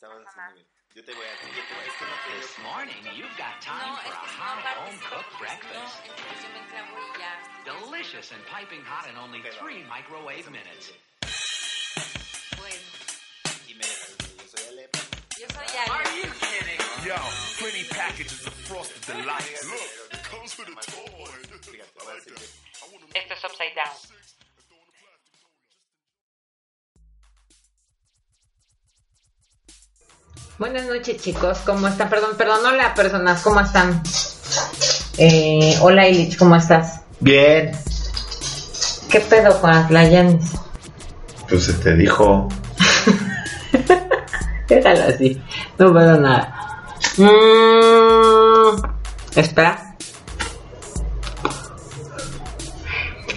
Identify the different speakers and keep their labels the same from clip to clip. Speaker 1: Lo estabas haciendo bien. Yo te voy a yo te voy a- esto no quiero-
Speaker 2: This morning, you've got time for a hot home cooked breakfast.
Speaker 3: No, entonces yo me clavo y ya.
Speaker 2: Delicious and piping hot in only three microwave minutes.
Speaker 3: Bueno,
Speaker 1: Y me yo soy Alepa.
Speaker 3: yo soy Ale.
Speaker 2: you kidding?
Speaker 4: Yo, pretty packages of frosted delights. Look, it comes with a toy.
Speaker 1: Fíjate, te voy a decir que-
Speaker 5: Esto es Upside Down.
Speaker 6: Buenas noches, chicos. ¿Cómo están? Perdón, perdón. Hola, personas. ¿Cómo están? Eh, hola, Ilich. ¿Cómo estás?
Speaker 7: Bien.
Speaker 6: ¿Qué pedo con Atlayanes?
Speaker 7: Pues se te dijo.
Speaker 6: Déjalo así. No veo nada. Mm, espera.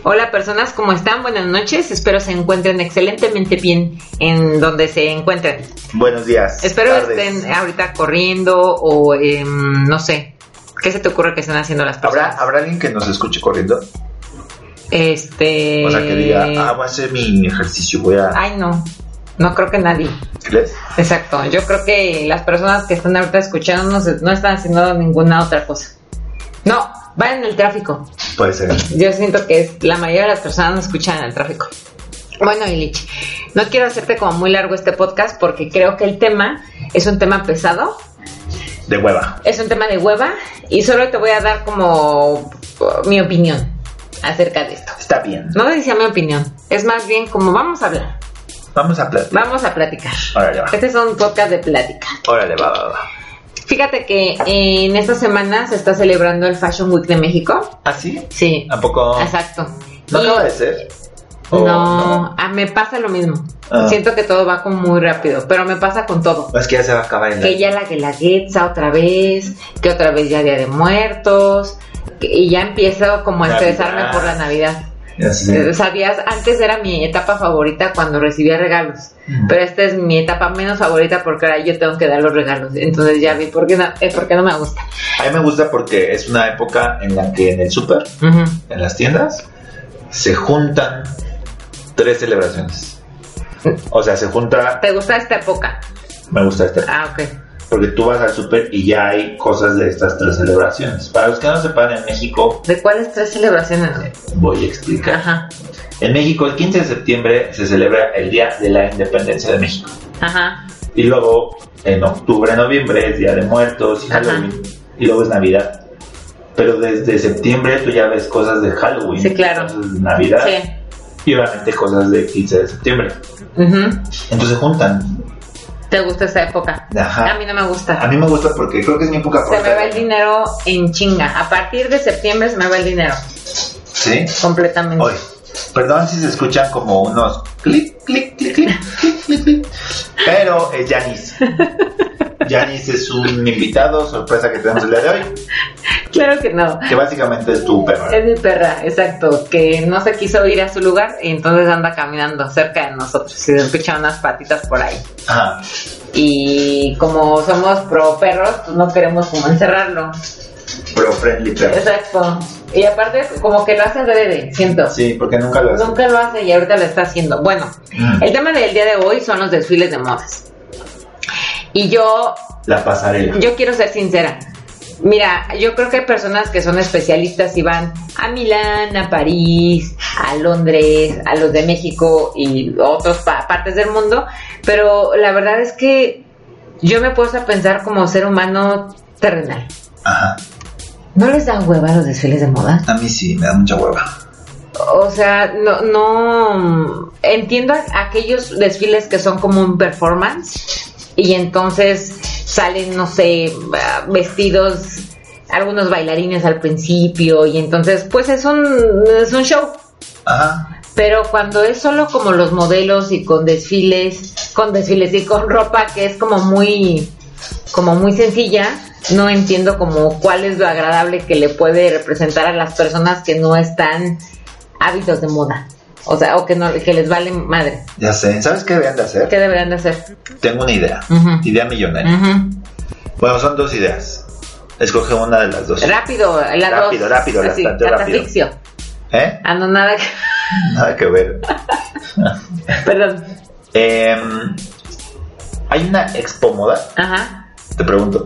Speaker 6: Hola personas, ¿cómo están? Buenas noches. Espero se encuentren excelentemente bien en donde se encuentren.
Speaker 7: Buenos días.
Speaker 6: Espero
Speaker 7: tardes.
Speaker 6: estén ahorita corriendo o em, no sé. ¿Qué se te ocurre que estén haciendo las
Speaker 7: ¿Habrá,
Speaker 6: personas?
Speaker 7: ¿Habrá alguien que nos escuche corriendo?
Speaker 6: Este...
Speaker 7: O sea, que diga, ah, voy a hacer mi ejercicio, voy a.
Speaker 6: Eh, Ay, no. No creo que nadie.
Speaker 7: ¿Crees?
Speaker 6: Exacto, yo creo que las personas que están ahorita escuchándonos no están haciendo ninguna otra cosa. No, van en el tráfico.
Speaker 7: Puede ser.
Speaker 6: Yo siento que es- la mayoría de las personas no escuchan en el tráfico. Bueno, Ilich, no quiero hacerte como muy largo este podcast porque creo que el tema es un tema pesado,
Speaker 7: De hueva.
Speaker 6: es un tema de hueva y solo te voy a dar como uh, mi opinión acerca de esto.
Speaker 7: Está bien.
Speaker 6: No decía mi opinión, es más bien como vamos a hablar,
Speaker 7: Vamos a platicar.
Speaker 6: vamos a platicar.
Speaker 7: Órale, va.
Speaker 6: Este es un podcast de plática.
Speaker 7: Órale, va, va, va.
Speaker 6: Fíjate que en esta semana se está celebrando el Fashion Week de México.
Speaker 7: ¿Ah, sí?
Speaker 6: Sí,
Speaker 7: ¿A poco?
Speaker 6: exacto.
Speaker 7: ¿No
Speaker 6: Y-
Speaker 7: acaba de ser? ¿O
Speaker 6: No, ah, me pasa lo mismo.
Speaker 7: Ah.
Speaker 6: Siento que todo va como muy rápido, pero me pasa con todo.
Speaker 7: no? Es que ya se va a acabar el
Speaker 6: Que ya la guelaguetza otra vez, que otra vez ya Día de Muertos, que- y ya empiezo como a
Speaker 7: Navidad.
Speaker 6: estresarme por la Navidad. Eh,
Speaker 7: Así de-
Speaker 6: Sabías, antes era mi etapa favorita cuando recibía regalos,
Speaker 7: Ujú.
Speaker 6: pero esta es mi etapa menos favorita porque ahora yo tengo que dar los regalos. Entonces ya vi por qué no, eh, por qué no me gusta.
Speaker 7: A mí me gusta porque es una época en la que en el súper,
Speaker 6: Ujú.
Speaker 7: en las tiendas, se juntan tres celebraciones. O sea, se junta.
Speaker 6: ¿Te gusta esta época?
Speaker 7: Me gusta este. esta
Speaker 6: Ah, ok.
Speaker 7: Porque tú vas al súper y ya hay cosas de estas tres celebraciones. Para los que no sepan, en México,
Speaker 6: ¿De cuáles tres celebraciones?
Speaker 7: voy a explicar.
Speaker 6: Ajá,
Speaker 7: En México, el 15 de septiembre se celebra el Día de la Independencia de México.
Speaker 6: ajá.
Speaker 7: Y luego, en octubre, noviembre, es Día de Muertos y
Speaker 6: Ajá.
Speaker 7: Halloween. Y luego es Navidad. Pero desde septiembre tú ya ves cosas de Halloween,
Speaker 6: Sí, claro.
Speaker 7: cosas de Navidad
Speaker 6: Sí.
Speaker 7: y obviamente cosas de 15 de septiembre.
Speaker 6: Ujú.
Speaker 7: Entonces juntan.
Speaker 6: ¿Te gusta esta época?
Speaker 7: Ajá.
Speaker 6: A mí no me
Speaker 7: A
Speaker 6: gusta.
Speaker 7: mí me gusta porque creo que es mi época
Speaker 6: Se me va el
Speaker 7: favorita.
Speaker 6: dinero en chinga. A partir de septiembre se me va el dinero.
Speaker 7: Sí.
Speaker 6: Completamente.
Speaker 7: Hoy. Perdón si se escuchan como unos clic, clic, clic, clic, clic, clic, clic. Pero es Yanis. Yanis es un invitado sorpresa que tenemos el día de hoy,
Speaker 6: Claro que no.
Speaker 7: que básicamente es tu perro.
Speaker 6: Es mi perra, exacto, que no se quiso ir a su lugar y entonces anda caminando cerca de nosotros. Se escuchan unas patitas por ahí.
Speaker 7: Ajá.
Speaker 6: Y como somos pro perros, pues no queremos como encerrarlo.
Speaker 7: Pero friendly perro.
Speaker 6: Exacto. Y aparte, como que lo hace adrede, siento.
Speaker 7: Sí, porque nunca lo hace.
Speaker 6: Nunca lo hace y ahorita lo está haciendo. Bueno,
Speaker 7: Mm.
Speaker 6: el tema del día de hoy son los desfiles de modas. Y yo,
Speaker 7: La pasarela.
Speaker 6: yo quiero ser sincera. Mira, yo creo que hay personas que son especialistas y van a Milán, a París, a Londres, a los de México y otras pa- partes del mundo, pero la verdad es que yo me puedo a pensar como ser humano terrenal.
Speaker 7: Ajá.
Speaker 6: ¿No les dan hueva los desfiles de moda?
Speaker 7: A mí sí, me da mucha hueva.
Speaker 6: O sea, no, no entiendo a- aquellos desfiles que son como un performance y entonces salen, no sé, ah, vestidos, algunos bailarines al principio y entonces pues es un, es un show.
Speaker 7: Ajá.
Speaker 6: Pero cuando es solo como los modelos y con desfiles, con desfiles y con ropa que es como muy, como muy sencilla, no entiendo como cuál es lo agradable que le puede representar a las personas que no están hábitos de moda. O sea, o que no, que les vale madre.
Speaker 7: Ya sé. ¿Sabes qué deben de hacer?
Speaker 6: ¿Qué deberían de hacer?
Speaker 7: Tengo una idea.
Speaker 6: Ujú.
Speaker 7: Idea millonaria.
Speaker 6: Ujú.
Speaker 7: Bueno, son dos ideas. Escoge una de las dos.
Speaker 6: Rápido, la
Speaker 7: Rápido, rápido,
Speaker 6: Así,
Speaker 7: bastante rápido.
Speaker 6: catafixio.
Speaker 7: ¿Eh?
Speaker 6: Ah, no, nada. que-
Speaker 7: Nada que ver.
Speaker 6: Perdón.
Speaker 7: Em, Hay una expo moda,
Speaker 6: Ajá.
Speaker 7: te pregunto.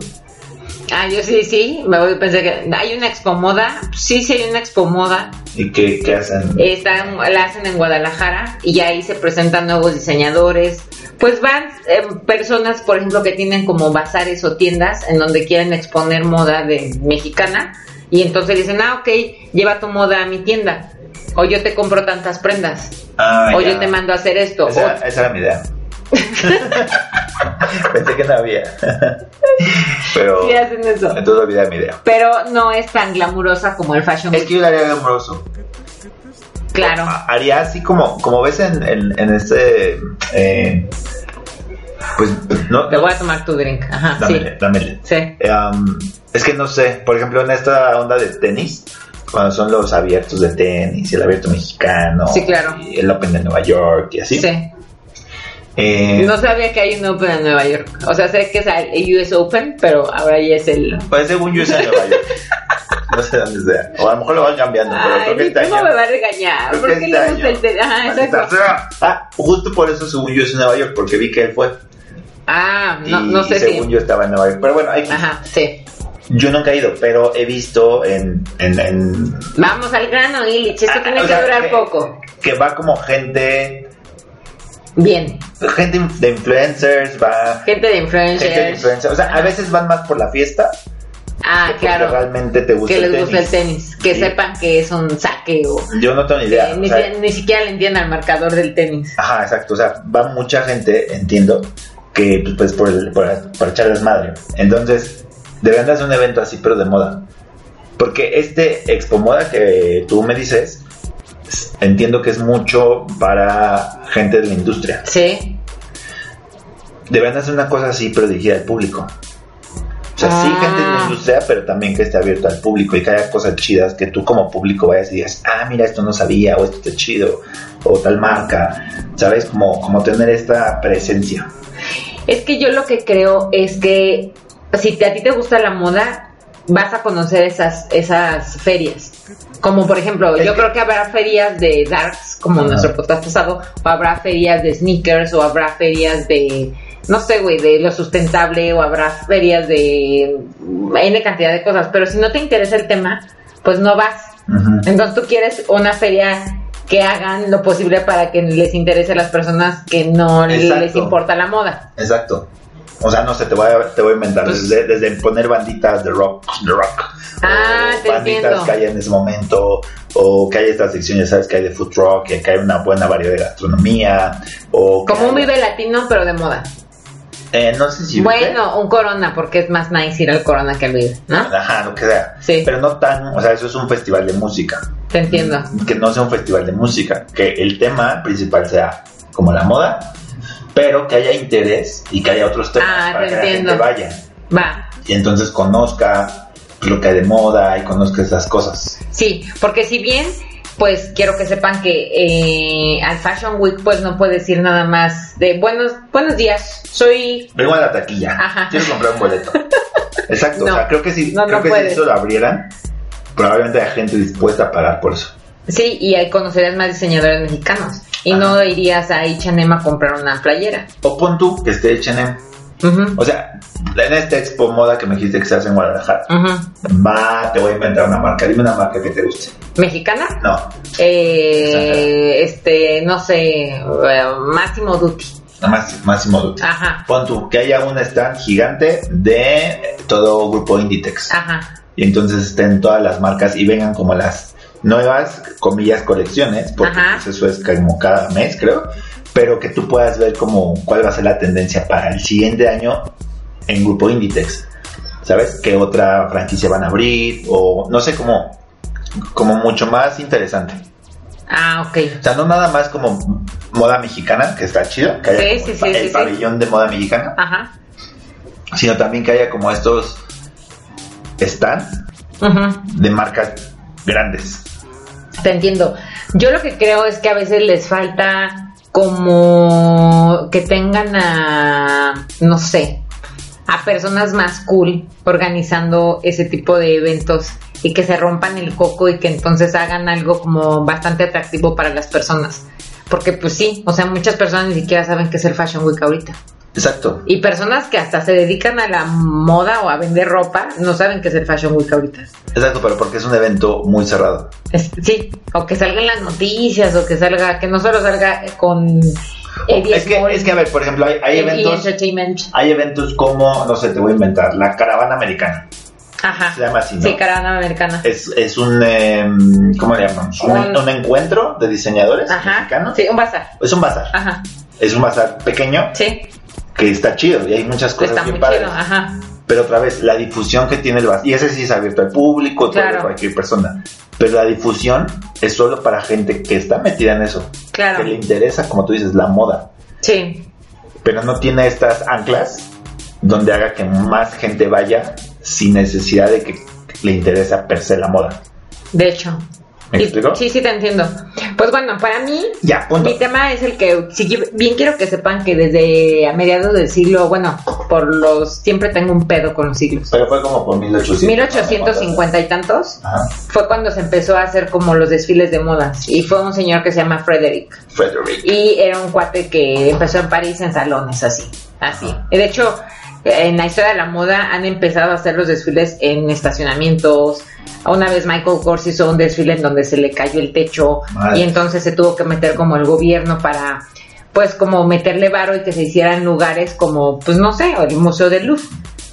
Speaker 6: Ah, yo sí, sí. Me voy, pensé que hay una expomoda. Sí, sí, hay una expomoda.
Speaker 7: ¿Y qué, qué hacen?
Speaker 6: Están, la hacen en Guadalajara y ahí se presentan nuevos diseñadores. Pues van eh, personas, por ejemplo, que tienen como bazares o tiendas en donde quieren exponer moda de mexicana y entonces dicen, ah, ok, lleva tu moda a mi tienda o yo te compro tantas prendas
Speaker 7: Ah,
Speaker 6: o
Speaker 7: ya.
Speaker 6: yo te mando a hacer esto. o-
Speaker 7: Esa, esa era mi idea. Pensé que no había. Pero.
Speaker 6: Sí hacen eso.
Speaker 7: Entonces olvidé mi idea.
Speaker 6: Pero no es tan glamurosa como el Fashion
Speaker 7: Es
Speaker 6: Week,
Speaker 7: que yo la haría de amoroso.
Speaker 6: claro.
Speaker 7: Ah, Haría así como, como ves en, en, en este. eh, pues no.
Speaker 6: Te voy a tomar tu drink. Ajá, sí.
Speaker 7: dámele, dámele.
Speaker 6: Sí.
Speaker 7: Eh, um, es que no sé, por ejemplo, en esta onda de tenis, cuando son los abiertos de tenis, el abierto mexicano,
Speaker 6: Sí, claro.
Speaker 7: y el Open de Nueva York y así.
Speaker 6: Sí.
Speaker 7: eh,
Speaker 6: No sabía que hay un Open en Nueva York. O sea, sé que es el US Open, pero ahora ya es el.
Speaker 7: Pues según yo es en Nueva York. No sé dónde sea. O a lo mejor lo van cambiando, pero
Speaker 6: Ay,
Speaker 7: creo que
Speaker 6: mi
Speaker 7: está
Speaker 6: primo
Speaker 7: allá.
Speaker 6: me va a regañar.
Speaker 7: Creo
Speaker 6: ¿Por
Speaker 7: que
Speaker 6: qué
Speaker 7: este
Speaker 6: le gusta
Speaker 7: año.
Speaker 6: el te- Ajá,
Speaker 7: Maldita
Speaker 6: exacto.
Speaker 7: sea. Ah, justo por eso según yo es en Nueva York, porque vi que él fue.
Speaker 6: Ah, no,
Speaker 7: y
Speaker 6: no sé
Speaker 7: según
Speaker 6: si.
Speaker 7: yo estaba en Nueva York. Pero bueno, X.
Speaker 6: Ajá, sí.
Speaker 7: yo nunca he ido, pero he visto en, en, en
Speaker 6: Vamos al grano, Illich. Esto
Speaker 7: Ah,
Speaker 6: tiene
Speaker 7: o
Speaker 6: que
Speaker 7: sea,
Speaker 6: durar
Speaker 7: que-
Speaker 6: poco.
Speaker 7: que va como gente,
Speaker 6: Bien.
Speaker 7: gente de influencers, va
Speaker 6: Gente de
Speaker 7: gente de
Speaker 6: influencers.
Speaker 7: influencers. O sea, a veces van más por la fiesta
Speaker 6: Ah,
Speaker 7: que porque
Speaker 6: claro.
Speaker 7: realmente te gusta
Speaker 6: Que
Speaker 7: el
Speaker 6: les gusta el
Speaker 7: tenis.
Speaker 6: tenis. Que
Speaker 7: Sí.
Speaker 6: sepan que es un saque o.
Speaker 7: Yo no tengo ni idea.
Speaker 6: Eh,
Speaker 7: o
Speaker 6: ni,
Speaker 7: sea,
Speaker 6: si- ni siquiera le entienden al marcador del tenis.
Speaker 7: Ajá, exacto. O sea, va mucha gente, entiendo, que pues por, el, por, por echar desmadre. Entonces, deberían de hacer un evento así, pero de moda. Porque este Expo Moda que tú me dices, s- entiendo que es mucho para gente de la industria.
Speaker 6: Sí.
Speaker 7: Deberían de hacer una cosa así, pero dirigida al público. O sea, sí,
Speaker 6: Ah.
Speaker 7: gente de la industria, pero también que esté abierto al público y que haya cosas chidas que tú como público vayas y digas, ah, mira, esto no sabía, o esto está chido, o tal marca, ¿sabes? Como, como tener esta presencia.
Speaker 6: Es que yo lo que creo es que si te- a ti te gusta la moda, vas a conocer esas, esas ferias. Como por ejemplo,
Speaker 7: Es
Speaker 6: yo
Speaker 7: que-
Speaker 6: creo que habrá ferias de darks, como en
Speaker 7: Ajá.
Speaker 6: nuestro podcast pasado, o habrá ferias de sneakers, o habrá ferias de, no sé, güey, de lo sustentable, o habrá ferias de N cantidad de cosas. Pero si no te interesa el tema, pues no vas.
Speaker 7: Ujú.
Speaker 6: Entonces tú quieres una feria que hagan lo posible para que les interese a las personas que no
Speaker 7: Exacto.
Speaker 6: les importa la moda.
Speaker 7: Exacto. O sea, no sé, te voy a, te voy a inventar.
Speaker 6: Pues
Speaker 7: desde, desde poner banditas de rock, de rock.
Speaker 6: Ah,
Speaker 7: o
Speaker 6: te
Speaker 7: banditas
Speaker 6: entiendo.
Speaker 7: que haya en ese momento. O que haya esta sección, ya sabes, que hay de food rock, que acá hay una buena variedad de gastronomía. O que
Speaker 6: Como un
Speaker 7: haya-
Speaker 6: vive latino, pero de moda.
Speaker 7: Eh, no sé si.
Speaker 6: Bueno, un corona, porque es más nice ir al corona que al vive, ¿no?
Speaker 7: Ajá, lo que sea.
Speaker 6: Sí.
Speaker 7: Pero no tan, o sea, eso es un festival de música.
Speaker 6: Te entiendo.
Speaker 7: Que no sea un festival de música. Que el tema principal sea como la moda, pero que haya interés y que haya otros temas
Speaker 6: Ah,
Speaker 7: para
Speaker 6: te
Speaker 7: que
Speaker 6: entiendo.
Speaker 7: la gente vaya.
Speaker 6: Va.
Speaker 7: Y entonces conozca lo que hay de moda y conozca esas cosas.
Speaker 6: Sí, porque si bien, pues quiero que sepan que eh, al Fashion Week, pues no puedes ir nada más de buenos, buenos días, soy.
Speaker 7: Vengo a la taquilla.
Speaker 6: Ajá.
Speaker 7: Quiero comprar un boleto. Exacto.
Speaker 6: No.
Speaker 7: o sea, creo que si,
Speaker 6: No,
Speaker 7: creo
Speaker 6: no
Speaker 7: que si
Speaker 6: puedes.
Speaker 7: eso lo abrieran, probablemente hay gente dispuesta a pagar por eso.
Speaker 6: Sí, y ahí conocerías más diseñadores mexicanos. Y
Speaker 7: Ajá.
Speaker 6: no irías a H&M a comprar una playera.
Speaker 7: O pon tú que esté H&M.
Speaker 6: Ujú,
Speaker 7: O sea, en esta expo moda que me dijiste que se hace en Guadalajara.
Speaker 6: ujú.
Speaker 7: Va, te voy a inventar una marca. Dime una marca que te guste.
Speaker 6: ¿Mexicana?
Speaker 7: No,
Speaker 6: Eh, este, no sé, eh, Máximo Duty.
Speaker 7: nada más Máximo Duty.
Speaker 6: Ajá,
Speaker 7: Pon tú que haya un stand gigante de todo grupo Inditex.
Speaker 6: ajá.
Speaker 7: Y entonces estén todas las marcas y vengan como las nuevas, comillas, colecciones, porque
Speaker 6: Ajá.
Speaker 7: pues, eso es como cada mes, creo. Pero que tú puedas ver como cuál va a ser la tendencia para el siguiente año en grupo Inditex. ¿Sabes? ¿Qué otra franquicia van a abrir? O no sé, como, como mucho más interesante.
Speaker 6: Ah, ok.
Speaker 7: O sea, no nada más como moda mexicana, que está chido, que haya
Speaker 6: Sí, sí,
Speaker 7: como el
Speaker 6: sí,
Speaker 7: pa-
Speaker 6: sí,
Speaker 7: el
Speaker 6: sí.
Speaker 7: pabellón de moda mexicana,
Speaker 6: Ajá.
Speaker 7: sino también que haya como estos stands
Speaker 6: Ujú.
Speaker 7: de marcas grandes.
Speaker 6: Te entiendo. Yo lo que creo es que a veces les falta como que tengan a, no sé, a personas más cool organizando ese tipo de eventos y que se rompan el coco y que entonces hagan algo como bastante atractivo para las personas. Porque pues sí, o sea, muchas personas ni siquiera saben qué es el Fashion Week ahorita.
Speaker 7: Exacto.
Speaker 6: Y personas que hasta se dedican a la moda o a vender ropa no saben qué es el Fashion Week ahorita.
Speaker 7: Exacto, pero porque es un evento muy cerrado.
Speaker 6: Es- sí, o que salgan las noticias, o que salga, que no solo salga con Eddie
Speaker 7: Es que,
Speaker 6: Small
Speaker 7: es que, a ver, por ejemplo, hay, hay
Speaker 6: y
Speaker 7: eventos
Speaker 6: Entertainment.
Speaker 7: hay eventos como, no sé, te voy a inventar, la caravana americana.
Speaker 6: Ajá.
Speaker 7: Se llama así, ¿no?
Speaker 6: Sí, caravana americana.
Speaker 7: Es, es un, em, ¿cómo le llamamos? Un,
Speaker 6: Un-
Speaker 7: un encuentro de diseñadores
Speaker 6: Ajá.
Speaker 7: mexicanos.
Speaker 6: Sí, un bazar.
Speaker 7: Es un bazar.
Speaker 6: Ajá.
Speaker 7: Es un bazar pequeño
Speaker 6: Sí,
Speaker 7: que está chido y hay muchas cosas
Speaker 6: está
Speaker 7: bien
Speaker 6: muy
Speaker 7: padres.
Speaker 6: chido. Ajá.
Speaker 7: Pero otra vez, la difusión que tiene el bazar, y ese sí es abierto al público, puede
Speaker 6: Claro.
Speaker 7: ver cualquier persona. Pero la difusión es solo para gente que está metida en eso,
Speaker 6: Claro.
Speaker 7: que le interesa, como tú dices, la moda.
Speaker 6: Sí,
Speaker 7: Pero no tiene estas anclas donde haga que más gente vaya sin necesidad de que le interesa per se la moda.
Speaker 6: de hecho.
Speaker 7: ¿Me
Speaker 6: Y-
Speaker 7: explico?
Speaker 6: Sí, sí, te entiendo. Pues bueno, para mí,
Speaker 7: Ya, punto.
Speaker 6: Mi tema es el que, si qui- bien quiero que sepan que desde a mediados del siglo, bueno, por los, siempre tengo un pedo con los siglos.
Speaker 7: Pero fue como por 1800.
Speaker 6: 1850 y tantos,
Speaker 7: Ajá.
Speaker 6: fue cuando se empezó a hacer como los desfiles de modas y fue un señor que se llama Frederick
Speaker 7: Frederick.
Speaker 6: y era un cuate que empezó en París en salones así, así. Y De hecho, en la historia de la moda han empezado a hacer los desfiles en estacionamientos. Una vez Michael Kors hizo un desfile en donde se le cayó el techo
Speaker 7: Madre.
Speaker 6: y entonces se tuvo que meter como el gobierno para pues como meterle varo y que se hicieran lugares como pues no sé, el Museo del Louvre.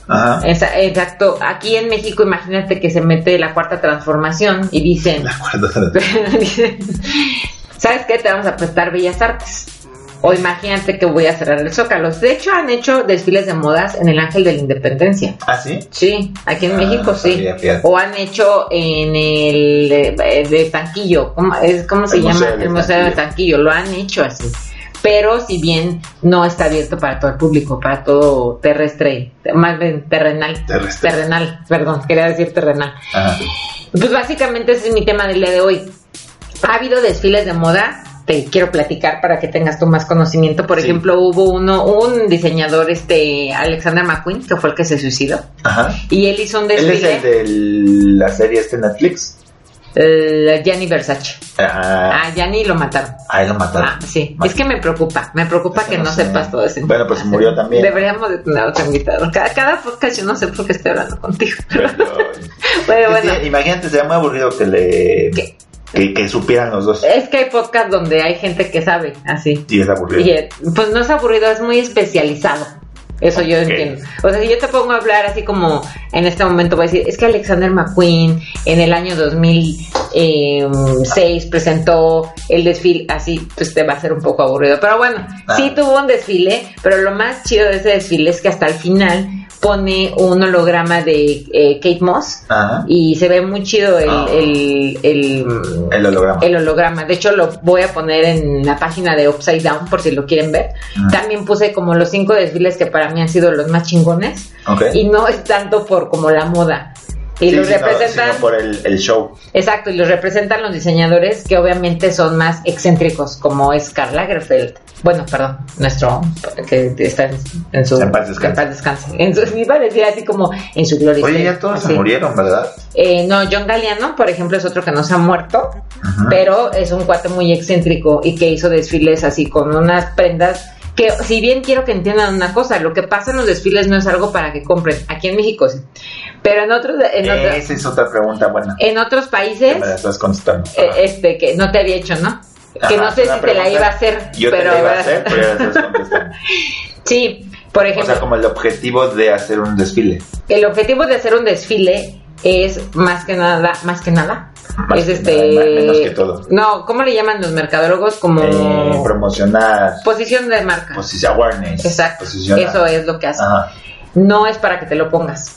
Speaker 7: Ajá.
Speaker 6: Esa- Exacto. Aquí en México, imagínate que se mete la cuarta transformación y dicen,
Speaker 7: Me acuerdo.
Speaker 6: Eh. dicen, ¿sabes qué? Te vamos a prestar Bellas Artes. O imagínate que voy a cerrar el Zócalo. De hecho, han hecho desfiles de modas en el Ángel de la Independencia.
Speaker 7: ¿Ah, sí?
Speaker 6: Sí, aquí en
Speaker 7: Ah,
Speaker 6: México
Speaker 7: no
Speaker 6: sí.
Speaker 7: sabía, fíjate.
Speaker 6: O han hecho en el eh, de Estanquillo, ¿cómo, es, cómo se
Speaker 7: El
Speaker 6: llama?
Speaker 7: Museo de
Speaker 6: el Museo de Estanquillo,
Speaker 7: Estanquillo.
Speaker 6: lo han hecho así. Pero si bien no está abierto para todo el público, para todo terrestre, más bien terrenal.
Speaker 7: Terrestre.
Speaker 6: Terrenal, perdón, quería decir terrenal.
Speaker 7: Ajá.
Speaker 6: Pues básicamente ese es mi tema del día de hoy. Ha habido desfiles de moda, te quiero platicar para que tengas tú más conocimiento. Por
Speaker 7: Sí.
Speaker 6: ejemplo, hubo uno, un diseñador, este Alexander McQueen, que fue el que se suicidó.
Speaker 7: Ajá.
Speaker 6: Y él hizo un
Speaker 7: Él es
Speaker 6: desfile.
Speaker 7: el de la serie este Netflix.
Speaker 6: eh, Gianni Versace.
Speaker 7: Ah,
Speaker 6: A Gianni lo mataron.
Speaker 7: ahí lo mataron.
Speaker 6: Ah, sí.
Speaker 7: Mal.
Speaker 6: Es que me preocupa. Me preocupa
Speaker 7: Eso
Speaker 6: que
Speaker 7: no
Speaker 6: no,
Speaker 7: sé.
Speaker 6: sepas todo eso.
Speaker 7: Bueno, pues murió también.
Speaker 6: Deberíamos de tener otro invitado. Cada, cada podcast yo no sé por qué estoy hablando contigo.
Speaker 7: Pero-
Speaker 6: Pero bueno.
Speaker 7: Sí, imagínate, sería muy aburrido que le.
Speaker 6: ¿Qué? Eh,
Speaker 7: Que, que supieran los dos.
Speaker 6: Es que hay podcasts donde hay gente que sabe, así.
Speaker 7: Sí, es aburrido.
Speaker 6: Y, eh, pues no es aburrido, es muy especializado. Eso yo
Speaker 7: Ok.
Speaker 6: entiendo. O sea, si yo te pongo a hablar así como en este momento voy a decir, es que Alexander McQueen en el año 2006 presentó el desfile, así pues te va a ser un poco aburrido. Pero bueno,
Speaker 7: Ah.
Speaker 6: sí tuvo un desfile, pero lo más chido de ese desfile es que hasta el final pone un holograma de eh, Kate Moss
Speaker 7: Ajá.
Speaker 6: y se ve muy chido el-
Speaker 7: Ah.
Speaker 6: el- el
Speaker 7: El holograma.
Speaker 6: el holograma. De hecho, lo voy a poner en la página de Upside Down por si lo quieren ver.
Speaker 7: Ah.
Speaker 6: También puse como los cinco desfiles que para mí han sido los más chingones.
Speaker 7: Ok.
Speaker 6: Y no es tanto por como la moda. Y
Speaker 7: Sí,
Speaker 6: los
Speaker 7: sino-
Speaker 6: representan.
Speaker 7: sino por el, el show.
Speaker 6: Exacto, y los representan los diseñadores que obviamente son más excéntricos, como es Karl Lagerfeld. Bueno, perdón, nuestro que está en, en su
Speaker 7: En paz descanse.
Speaker 6: en paz descanse. En su- iba a decir así como en su gloria.
Speaker 7: Oye, ya todos se
Speaker 6: Así.
Speaker 7: murieron, ¿verdad?
Speaker 6: Eh, no, John Galliano, por ejemplo, es otro que no se ha muerto,
Speaker 7: Ajá.
Speaker 6: pero es un cuate muy excéntrico y que hizo desfiles así con unas prendas que, si bien quiero que entiendan una cosa, lo que pasa en los desfiles no es algo para que compren, aquí en México sí, pero en otros, en, otro-
Speaker 7: Esa es otra pregunta buena.
Speaker 6: en otros países,
Speaker 7: que Me la estás contestando.
Speaker 6: eh,
Speaker 7: Ajá.
Speaker 6: este, que no te había hecho, ¿no? que
Speaker 7: Ajá,
Speaker 6: no sé si te
Speaker 7: es una
Speaker 6: la
Speaker 7: pregunta.
Speaker 6: iba a hacer,
Speaker 7: Yo
Speaker 6: pero
Speaker 7: te la iba a
Speaker 6: ahora-
Speaker 7: hacer, pero ya la estás contestando.
Speaker 6: sí, por
Speaker 7: O
Speaker 6: ejemplo,
Speaker 7: sea, como el objetivo de hacer un desfile.
Speaker 6: el objetivo de hacer un desfile es más que nada, más que nada,
Speaker 7: Más
Speaker 6: es
Speaker 7: que
Speaker 6: este,
Speaker 7: nada, más- menos que todo.
Speaker 6: no, ¿cómo le llaman los mercadólogos? Como Mm.
Speaker 7: Eh, promocionar,
Speaker 6: posición de marca.
Speaker 7: posición, awareness.
Speaker 6: Exacto.
Speaker 7: posicionar.
Speaker 6: Eso es lo que hace.
Speaker 7: Ajá.
Speaker 6: No es para que te lo pongas.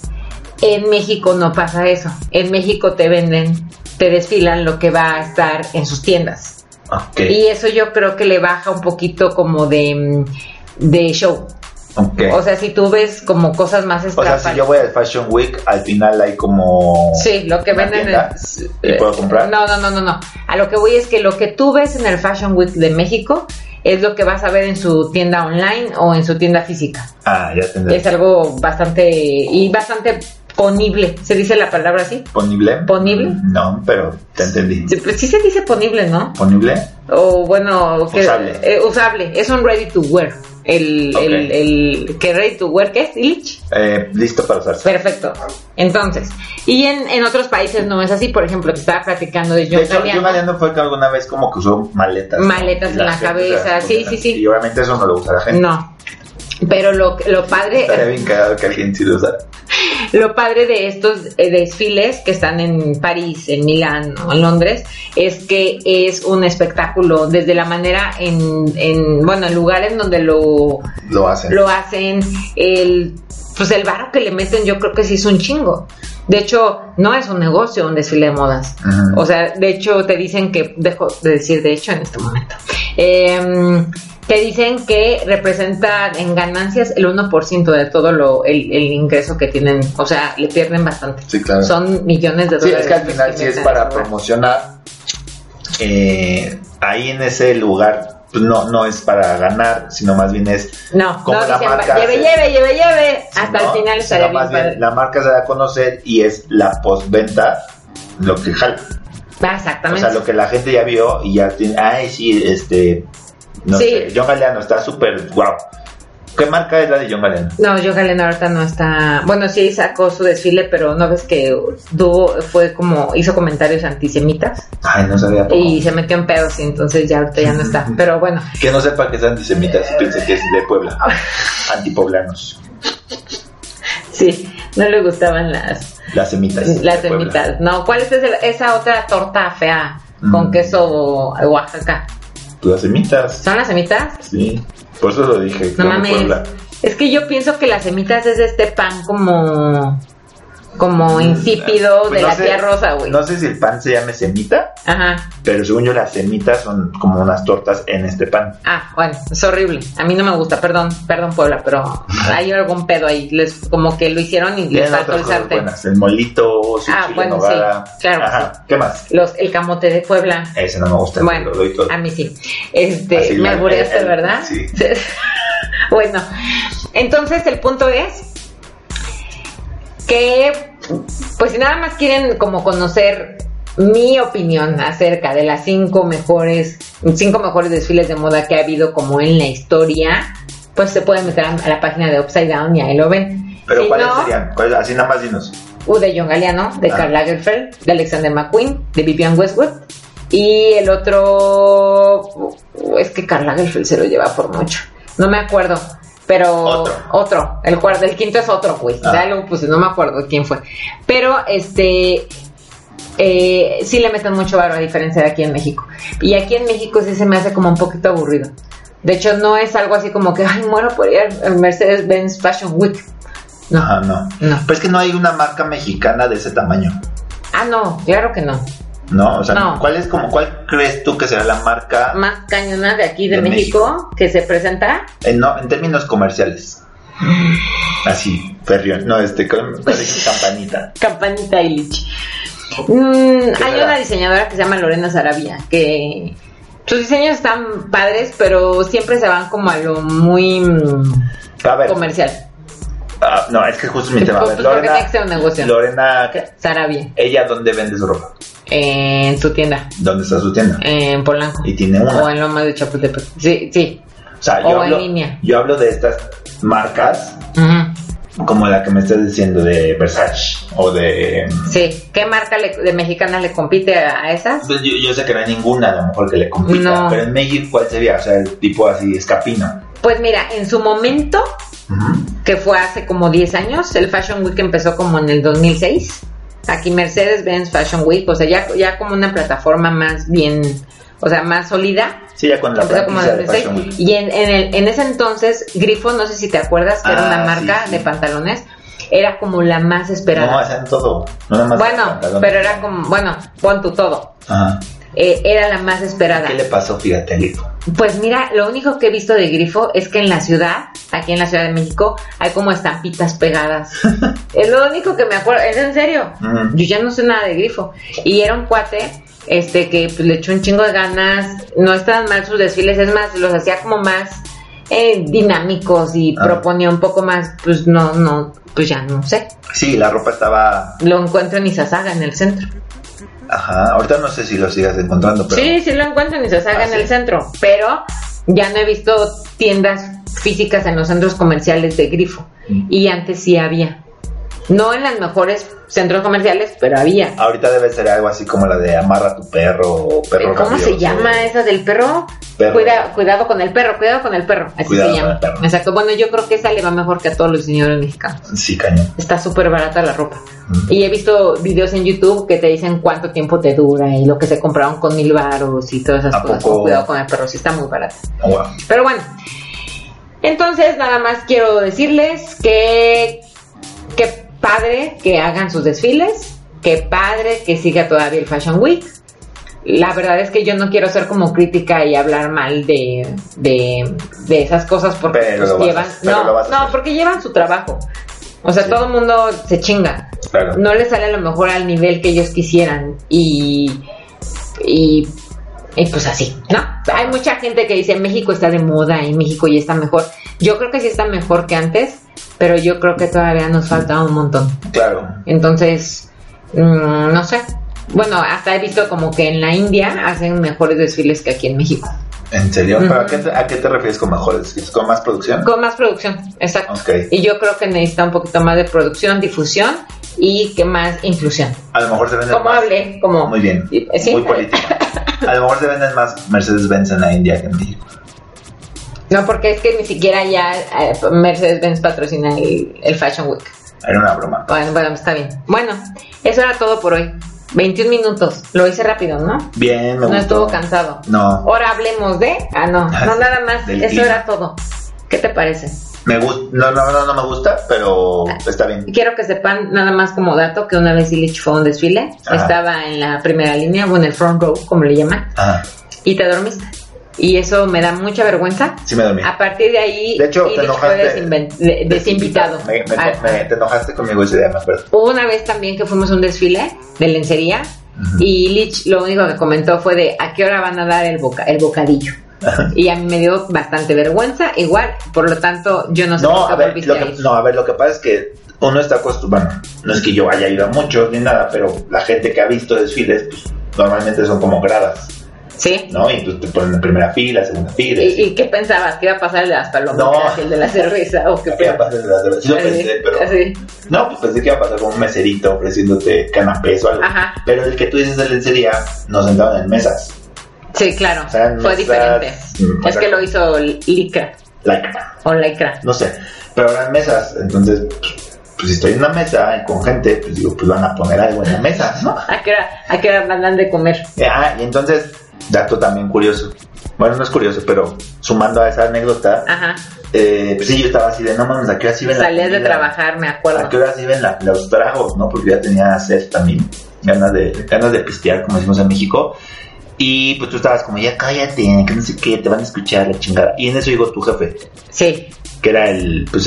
Speaker 6: En México no pasa eso. En México te venden, te desfilan lo que va a estar en sus tiendas.
Speaker 7: Ok,
Speaker 6: Y eso yo creo que le baja un poquito como de, mm, de show.
Speaker 7: ok.
Speaker 6: O sea, si tú ves como cosas más
Speaker 7: O sea,
Speaker 6: estrapadas.
Speaker 7: si yo voy al Fashion Week, al final hay como...
Speaker 6: Sí, lo que
Speaker 7: una
Speaker 6: venden
Speaker 7: tienda
Speaker 6: es- eh,
Speaker 7: ¿Y puedo comprar?
Speaker 6: No, no, no, no, no. A lo que voy es que lo que tú ves en el Fashion Week de México es lo que vas a ver en su tienda online o en su tienda física.
Speaker 7: Ah, ya tendré
Speaker 6: Es algo bastante y bastante ponible. ¿Se dice la palabra así?
Speaker 7: ¿Ponible?
Speaker 6: ¿Ponible?
Speaker 7: No, pero te entendí.
Speaker 6: Sí, pues sí se dice ponible, ¿no?
Speaker 7: ¿Ponible?
Speaker 6: O bueno, que-
Speaker 7: Usable.
Speaker 6: eh, usable. Es un ready to wear. El,
Speaker 7: Ok.
Speaker 6: el, el- ¿qué ready to wear qué es? Illich.
Speaker 7: Eh, listo para usarse.
Speaker 6: Perfecto. Entonces, y en, en otros países no es así. Por ejemplo, te estaba platicando de John
Speaker 7: de hecho,
Speaker 6: Galliano.
Speaker 7: yo Mariano fue que alguna vez como que usó maletas.
Speaker 6: Maletas
Speaker 7: Y
Speaker 6: en
Speaker 7: la
Speaker 6: la
Speaker 7: gente
Speaker 6: cabeza,
Speaker 7: se las
Speaker 6: sí,
Speaker 7: ponía.
Speaker 6: sí, sí.
Speaker 7: Y obviamente eso no lo usa la gente.
Speaker 6: No. Pero lo, lo
Speaker 7: Estaría
Speaker 6: padre,
Speaker 7: bien cagado que alguien sí lo usara.
Speaker 6: lo padre de estos eh, desfiles que están en París, en Milán o en Londres, es que es un espectáculo desde la manera en, en bueno, en lugares donde lo,
Speaker 7: Lo hacen.
Speaker 6: lo hacen, el, pues el varo que le meten yo creo que sí es un chingo. De hecho, no es un negocio un desfile de modas.
Speaker 7: Ujú.
Speaker 6: O sea, de hecho te dicen que, dejo de decir de hecho en este momento, Em, te dicen que representan en ganancias el 1% de todo lo, el, el ingreso que tienen. O sea, le pierden bastante.
Speaker 7: Sí, claro.
Speaker 6: Son millones de
Speaker 7: Sí,
Speaker 6: dólares.
Speaker 7: es que al
Speaker 6: los
Speaker 7: final sí es
Speaker 6: meten
Speaker 7: para
Speaker 6: en lugar.
Speaker 7: promocionar. eh, ahí en ese lugar pues, no, no es para ganar, sino más bien es
Speaker 6: No,
Speaker 7: como
Speaker 6: no
Speaker 7: la
Speaker 6: dicen,
Speaker 7: marca
Speaker 6: lleve,
Speaker 7: hace-
Speaker 6: lleve, lleve, lleve.
Speaker 7: si
Speaker 6: Hasta
Speaker 7: no,
Speaker 6: el final
Speaker 7: sino
Speaker 6: estaría bien
Speaker 7: más bien
Speaker 6: padre.
Speaker 7: la marca se da a conocer y es la postventa lo que jala.
Speaker 6: Ah,
Speaker 7: O
Speaker 6: Exactamente.
Speaker 7: sea, lo que la gente ya vio y ya tiene, ay, sí, este, no
Speaker 6: Sí.
Speaker 7: sé, John Galeano está súper guau. ¿Qué marca es la de John Galeano?
Speaker 6: No, John Galeno ahorita no está. Bueno, sí sacó su desfile, pero no ves que tuvo, fue como, hizo comentarios antisemitas
Speaker 7: Ay, no sabía poco.
Speaker 6: y se metió en pedos y entonces ya ahorita ya no está. Pero bueno,
Speaker 7: Que no sepa que es antisemita si piensa que es de Puebla. Antipoblanos.
Speaker 6: sí, no le gustaban las,
Speaker 7: Las semitas.
Speaker 6: las
Speaker 7: de Puebla.
Speaker 6: semitas. No, ¿cuál es ese- esa otra torta fea con
Speaker 7: Mm.
Speaker 6: queso Oaxaca?
Speaker 7: Las semitas.
Speaker 6: ¿Son las semitas?
Speaker 7: Sí. Por eso lo dije.
Speaker 6: No
Speaker 7: como Puebla.
Speaker 6: mames. Es que yo pienso que las semitas es este pan como, como insípido
Speaker 7: Pues
Speaker 6: de
Speaker 7: no
Speaker 6: la
Speaker 7: sé-
Speaker 6: tía Rosa, güey.
Speaker 7: No sé si el pan se llame semita,
Speaker 6: Ajá.
Speaker 7: pero según yo las semitas son como unas tortas en este pan.
Speaker 6: Ah, bueno, es horrible. A mí no me gusta, perdón, perdón Puebla, pero hay algún pedo ahí. Les, como que lo hicieron y les
Speaker 7: Tienen
Speaker 6: faltó
Speaker 7: otras
Speaker 6: el
Speaker 7: cosas
Speaker 6: sartén.
Speaker 7: buenas. El molito, su
Speaker 6: Ah,
Speaker 7: chile
Speaker 6: bueno,
Speaker 7: en nogada.
Speaker 6: sí, claro,
Speaker 7: Ajá. ¿Qué más?
Speaker 6: Los, el camote de Puebla.
Speaker 7: Ese no me gusta.
Speaker 6: Bueno,
Speaker 7: lo doy todo.
Speaker 6: a mí sí. Este,
Speaker 7: Así
Speaker 6: me
Speaker 7: la-
Speaker 6: albureaste,
Speaker 7: el- el-
Speaker 6: ¿verdad?
Speaker 7: sí.
Speaker 6: bueno, entonces el punto es que, pues si nada más quieren como conocer mi opinión acerca de las cinco mejores, cinco mejores desfiles de moda que ha habido como en la historia, pues se pueden meter a, a la página de Upside Down y ahí lo ven.
Speaker 7: Pero
Speaker 6: Si
Speaker 7: ¿cuáles
Speaker 6: no,
Speaker 7: serían? ¿Cuáles? Así nada más dinos.
Speaker 6: U de John Galliano, de
Speaker 7: Ah.
Speaker 6: Karl Lagerfeld, de Alexander McQueen, de Vivian Westwood. Y el otro. uh, Es que Karl Lagerfeld se lo lleva por mucho. No me acuerdo. Pero
Speaker 7: Otro.
Speaker 6: otro, el cuarto, el quinto es otro, güey.
Speaker 7: Ah.
Speaker 6: Ya lo puse, no me acuerdo quién fue. Pero este eh, sí le meten mucho varo a diferencia de aquí en México. Y aquí en México sí se me hace como un poquito aburrido. De hecho, no es algo así como que, ay, muero por ir al Mercedes-Benz Fashion Week. No.
Speaker 7: Ajá, no.
Speaker 6: No.
Speaker 7: Pues que no hay una marca mexicana de ese tamaño.
Speaker 6: Ah, no, claro que no.
Speaker 7: ¿No? O sea,
Speaker 6: No.
Speaker 7: ¿cuál es como cuál crees tú que será la marca
Speaker 6: Más cañona de aquí de,
Speaker 7: De
Speaker 6: México, que se presenta.
Speaker 7: en, no, en términos comerciales? Así, perrión. No, este, con-
Speaker 6: Pues,
Speaker 7: campanita.
Speaker 6: Campanita Illich. Mm,
Speaker 7: ¿Qué
Speaker 6: hay
Speaker 7: será?
Speaker 6: una diseñadora que se llama Lorena Sarabia, que sus diseños están padres, pero siempre se van como a lo muy mm,
Speaker 7: A ver.
Speaker 6: comercial.
Speaker 7: ah, no, es que justo mi tema. A
Speaker 6: Pues,
Speaker 7: ver,
Speaker 6: pues, porque tiene
Speaker 7: Lorena,
Speaker 6: que ser un negocio.
Speaker 7: Lorena, ¿qué?
Speaker 6: Sarabia,
Speaker 7: ¿Ella dónde vende su ropa?
Speaker 6: eh, en su tienda,
Speaker 7: ¿Dónde está su tienda?
Speaker 6: en Polanco.
Speaker 7: Y tiene una.
Speaker 6: O en Lomas de Chapultepec. Sí, sí.
Speaker 7: O sea,
Speaker 6: o
Speaker 7: yo
Speaker 6: en
Speaker 7: hablo,
Speaker 6: línea.
Speaker 7: yo hablo de estas marcas
Speaker 6: Ujú.
Speaker 7: como la que me estás diciendo de Versace o de...
Speaker 6: Sí. ¿Qué marca le- de mexicana le compite a esas?
Speaker 7: Pues yo, yo sé que no hay ninguna a lo mejor que le compita,
Speaker 6: No.
Speaker 7: pero en México, ¿cuál sería? O sea, el tipo así, escapino.
Speaker 6: Pues mira, en su momento, que fue hace como 10 años, el Fashion Week empezó como en el 2006. Aquí Mercedes-Benz Fashion Week, o sea, ya, ya como una plataforma más bien, o sea, más sólida.
Speaker 7: Sí, ya con la
Speaker 6: Empezó como en
Speaker 7: franquicia
Speaker 6: el
Speaker 7: de Fashion Week.
Speaker 6: 2006. Y en, en el- en ese entonces, Grifo, no sé si te acuerdas, que era
Speaker 7: Ah,
Speaker 6: una
Speaker 7: sí,
Speaker 6: marca
Speaker 7: sí.
Speaker 6: de pantalones, era como la más
Speaker 7: No,
Speaker 6: esperada.
Speaker 7: hacen todo. No nada más
Speaker 6: bueno,
Speaker 7: pantalón.
Speaker 6: pero era como, bueno, pon tu todo.
Speaker 7: Ajá.
Speaker 6: eh, era la más esperada.
Speaker 7: ¿Qué le pasó, fíjate, al hijo?
Speaker 6: Pues mira, lo único que he visto de grifo es que en la ciudad, aquí en la Ciudad de México, hay como estampitas pegadas. es lo único que me acuerdo, es en serio.
Speaker 7: Mm.
Speaker 6: Yo ya no sé nada de grifo. Y era un cuate este que pues, le echó un chingo de ganas, no estaban mal sus desfiles, es más, los hacía como más eh, dinámicos y
Speaker 7: Ah.
Speaker 6: proponía un poco más, pues no, no, pues ya no sé.
Speaker 7: Sí, la ropa estaba.
Speaker 6: Lo encuentro en Izazaga, en el centro.
Speaker 7: Ajá. Ahorita no sé si lo sigas encontrando, pero.
Speaker 6: Sí, sí lo encuentro en Izazaga,
Speaker 7: Ah,
Speaker 6: en
Speaker 7: sí.
Speaker 6: el centro, pero ya no he visto tiendas físicas en los centros comerciales de grifo.
Speaker 7: Mm.
Speaker 6: Y antes sí había. No en los mejores centros comerciales, pero había.
Speaker 7: Ahorita debe ser algo así como la de amarra a tu perro o perro
Speaker 6: ¿Cómo se
Speaker 7: rabioso.
Speaker 6: llama esa del perro?
Speaker 7: Perro.
Speaker 6: Cuida- cuidado con el perro, cuidado con el perro. Así
Speaker 7: Cuidado
Speaker 6: se
Speaker 7: con
Speaker 6: llama.
Speaker 7: el perro.
Speaker 6: Exacto. Bueno, yo creo que esa le va mejor que a todos los diseñadores mexicanos.
Speaker 7: Sí, cañón.
Speaker 6: Está súper barata la ropa.
Speaker 7: Mm.
Speaker 6: Y he visto videos en YouTube que te dicen cuánto tiempo te dura y lo que se compraron con mil baros y todas esas
Speaker 7: ¿A
Speaker 6: cosas.
Speaker 7: poco?
Speaker 6: Con Cuidado con el perro, sí está muy barata.
Speaker 7: Oh, wow.
Speaker 6: Pero bueno, entonces nada más quiero decirles que qué padre que hagan sus desfiles, qué padre que siga todavía el Fashion Week. La verdad es que yo no quiero ser como crítica y hablar mal de, de, de esas cosas porque
Speaker 7: Pero
Speaker 6: pues,
Speaker 7: lo vas a-
Speaker 6: llevan,
Speaker 7: pero
Speaker 6: no,
Speaker 7: lo vas a
Speaker 6: no,
Speaker 7: hacer.
Speaker 6: porque llevan su trabajo. O sea,
Speaker 7: Sí.
Speaker 6: todo el mundo se chinga.
Speaker 7: Claro.
Speaker 6: No les sale a lo mejor al nivel que ellos quisieran y y, y, pues así, ¿no? Hay mucha gente que dice México está de moda y México ya está mejor. Yo creo que sí está mejor que antes, pero yo creo que todavía nos falta un montón.
Speaker 7: Claro.
Speaker 6: Entonces, mm, no sé. Bueno, hasta he visto como que en la India hacen mejores desfiles que aquí en México.
Speaker 7: ¿En serio?
Speaker 6: Ujú.
Speaker 7: ¿Pero a qué, te, a qué te refieres con mejores? ¿Con más producción?
Speaker 6: Con más producción, exacto.
Speaker 7: Ok.
Speaker 6: Y yo creo que necesita un poquito más de producción, difusión y que más inclusión.
Speaker 7: A lo mejor se venden
Speaker 6: Como
Speaker 7: más.
Speaker 6: hable, como...
Speaker 7: Muy bien.
Speaker 6: Sí.
Speaker 7: Muy política. A lo mejor se venden más Mercedes-Benz en la India que en México.
Speaker 6: No, porque es que ni siquiera ya eh, Mercedes-Benz patrocina el, el Fashion Week.
Speaker 7: Era una broma.
Speaker 6: Bueno, bueno, está bien. Bueno, eso era todo por hoy. 21 minutos. Lo hice rápido, ¿no?
Speaker 7: Bien,
Speaker 6: No
Speaker 7: me gustó.
Speaker 6: estuvo cansado.
Speaker 7: No,
Speaker 6: Ahora hablemos de... Ah, no. No, nada más.
Speaker 7: Del
Speaker 6: Eso
Speaker 7: clima.
Speaker 6: era todo. ¿Qué te parece?
Speaker 7: me gusta. No, no, no, no me gusta, pero está bien.
Speaker 6: Quiero que sepan, nada más como dato, que una vez Illich fue a un desfile.
Speaker 7: Ajá.
Speaker 6: Estaba en la primera línea, o en el front row, como le llaman.
Speaker 7: Ajá,
Speaker 6: Y te dormiste. Y eso me da mucha vergüenza.
Speaker 7: sí me dormí.
Speaker 6: A partir de ahí,
Speaker 7: De hecho, te
Speaker 6: Illich fue
Speaker 7: enojaste.
Speaker 6: desinven- de- desinvitado.
Speaker 7: Me, me-
Speaker 6: Ah,
Speaker 7: me- te enojaste conmigo ese día, me acuerdo.
Speaker 6: Hubo una vez también que fuimos a un desfile de lencería y Lich lo único que comentó fue de a qué hora van a dar el, boca, el bocadillo. Y a mí me dio bastante vergüenza, igual, por lo tanto, yo no sé
Speaker 7: No,
Speaker 6: por qué
Speaker 7: a ver,
Speaker 6: volviste
Speaker 7: lo
Speaker 6: a
Speaker 7: que,
Speaker 6: ir.
Speaker 7: no, a ver, lo que pasa es que uno está acostumbrado. No es que yo haya ido a muchos ni nada, pero la gente que ha visto desfiles, pues normalmente son como gradas,
Speaker 6: ¿Sí?
Speaker 7: ¿no? Y pues te ponen en primera fila, segunda fila.
Speaker 6: ¿Y, y qué pensabas? ¿Que iba a pasar el de las palomitas,
Speaker 7: No.
Speaker 6: el de la cerveza o qué
Speaker 7: ¿Qué pasa? Sí lo pensé, pero.
Speaker 6: Así.
Speaker 7: No, pues pensé que iba a pasar con un meserito ofreciéndote canapés o algo.
Speaker 6: Ajá.
Speaker 7: Pero el que tú dices de lencería, nos sentaban en mesas.
Speaker 6: Sí, claro,
Speaker 7: O sea,
Speaker 6: fue
Speaker 7: nuestras-
Speaker 6: diferente.
Speaker 7: Mm,
Speaker 6: es que
Speaker 7: exacto.
Speaker 6: lo hizo Licra
Speaker 7: Like,
Speaker 6: o Lycra.
Speaker 7: no sé. Pero eran mesas, entonces, pues si estoy en una mesa y con gente, pues digo, pues van a poner algo en la mesa, ¿no?
Speaker 6: ¿A qué hora, a qué hora van a dar de comer?
Speaker 7: Ah, y entonces, dato también curioso. Bueno, no es curioso, pero sumando a esa anécdota,
Speaker 6: Ajá.
Speaker 7: eh, pues sí, yo estaba así de, no mames, ¿a qué hora sirven la
Speaker 6: Salías de
Speaker 7: comida?
Speaker 6: trabajar, me acuerdo.
Speaker 7: ¿A qué hora sirven la- los tragos, no? Porque ya tenía sed también, ganas de, ganas de pistear, como decimos en México. Y pues tú estabas como, ya cállate, que no sé qué, te van a escuchar la chingada. Y en eso llegó tu jefe,
Speaker 6: Sí,
Speaker 7: que era el, pues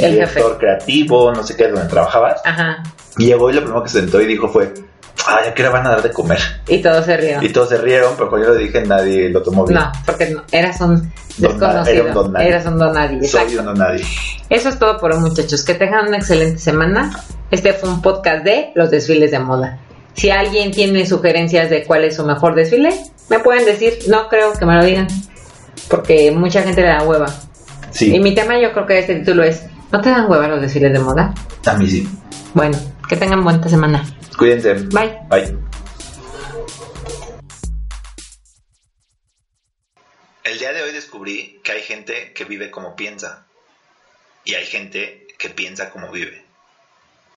Speaker 6: El jefe. Ah.
Speaker 7: director creativo, no sé qué, donde trabajabas.
Speaker 6: ajá.
Speaker 7: Y llegó y lo primero que se sentó y dijo fue, ay, ¿a qué hora van a dar de comer?
Speaker 6: Y todos se rieron.
Speaker 7: Y todos se rieron, pero cuando yo lo dije nadie lo tomó bien.
Speaker 6: No, porque no, eras un
Speaker 7: Don Na-
Speaker 6: desconocido.
Speaker 7: era un don nadie.
Speaker 6: Eras un don nadie,
Speaker 7: Soy
Speaker 6: exacto.
Speaker 7: uno nadie.
Speaker 6: Eso es todo por hoy, muchachos. Que tengan una excelente semana. Este fue un podcast de los desfiles de moda. Si alguien tiene sugerencias de cuál es su mejor desfile, me pueden decir. No creo que me lo digan. Porque mucha gente le da hueva.
Speaker 7: Sí,
Speaker 6: Y mi tema, yo creo que este título es: ¿No te dan hueva los desfiles de moda?
Speaker 7: a mí sí.
Speaker 6: Bueno, que tengan buena semana.
Speaker 7: Cuídense.
Speaker 6: Bye.
Speaker 7: Bye.
Speaker 1: El día de hoy descubrí que hay gente que vive como piensa y hay gente que piensa como vive.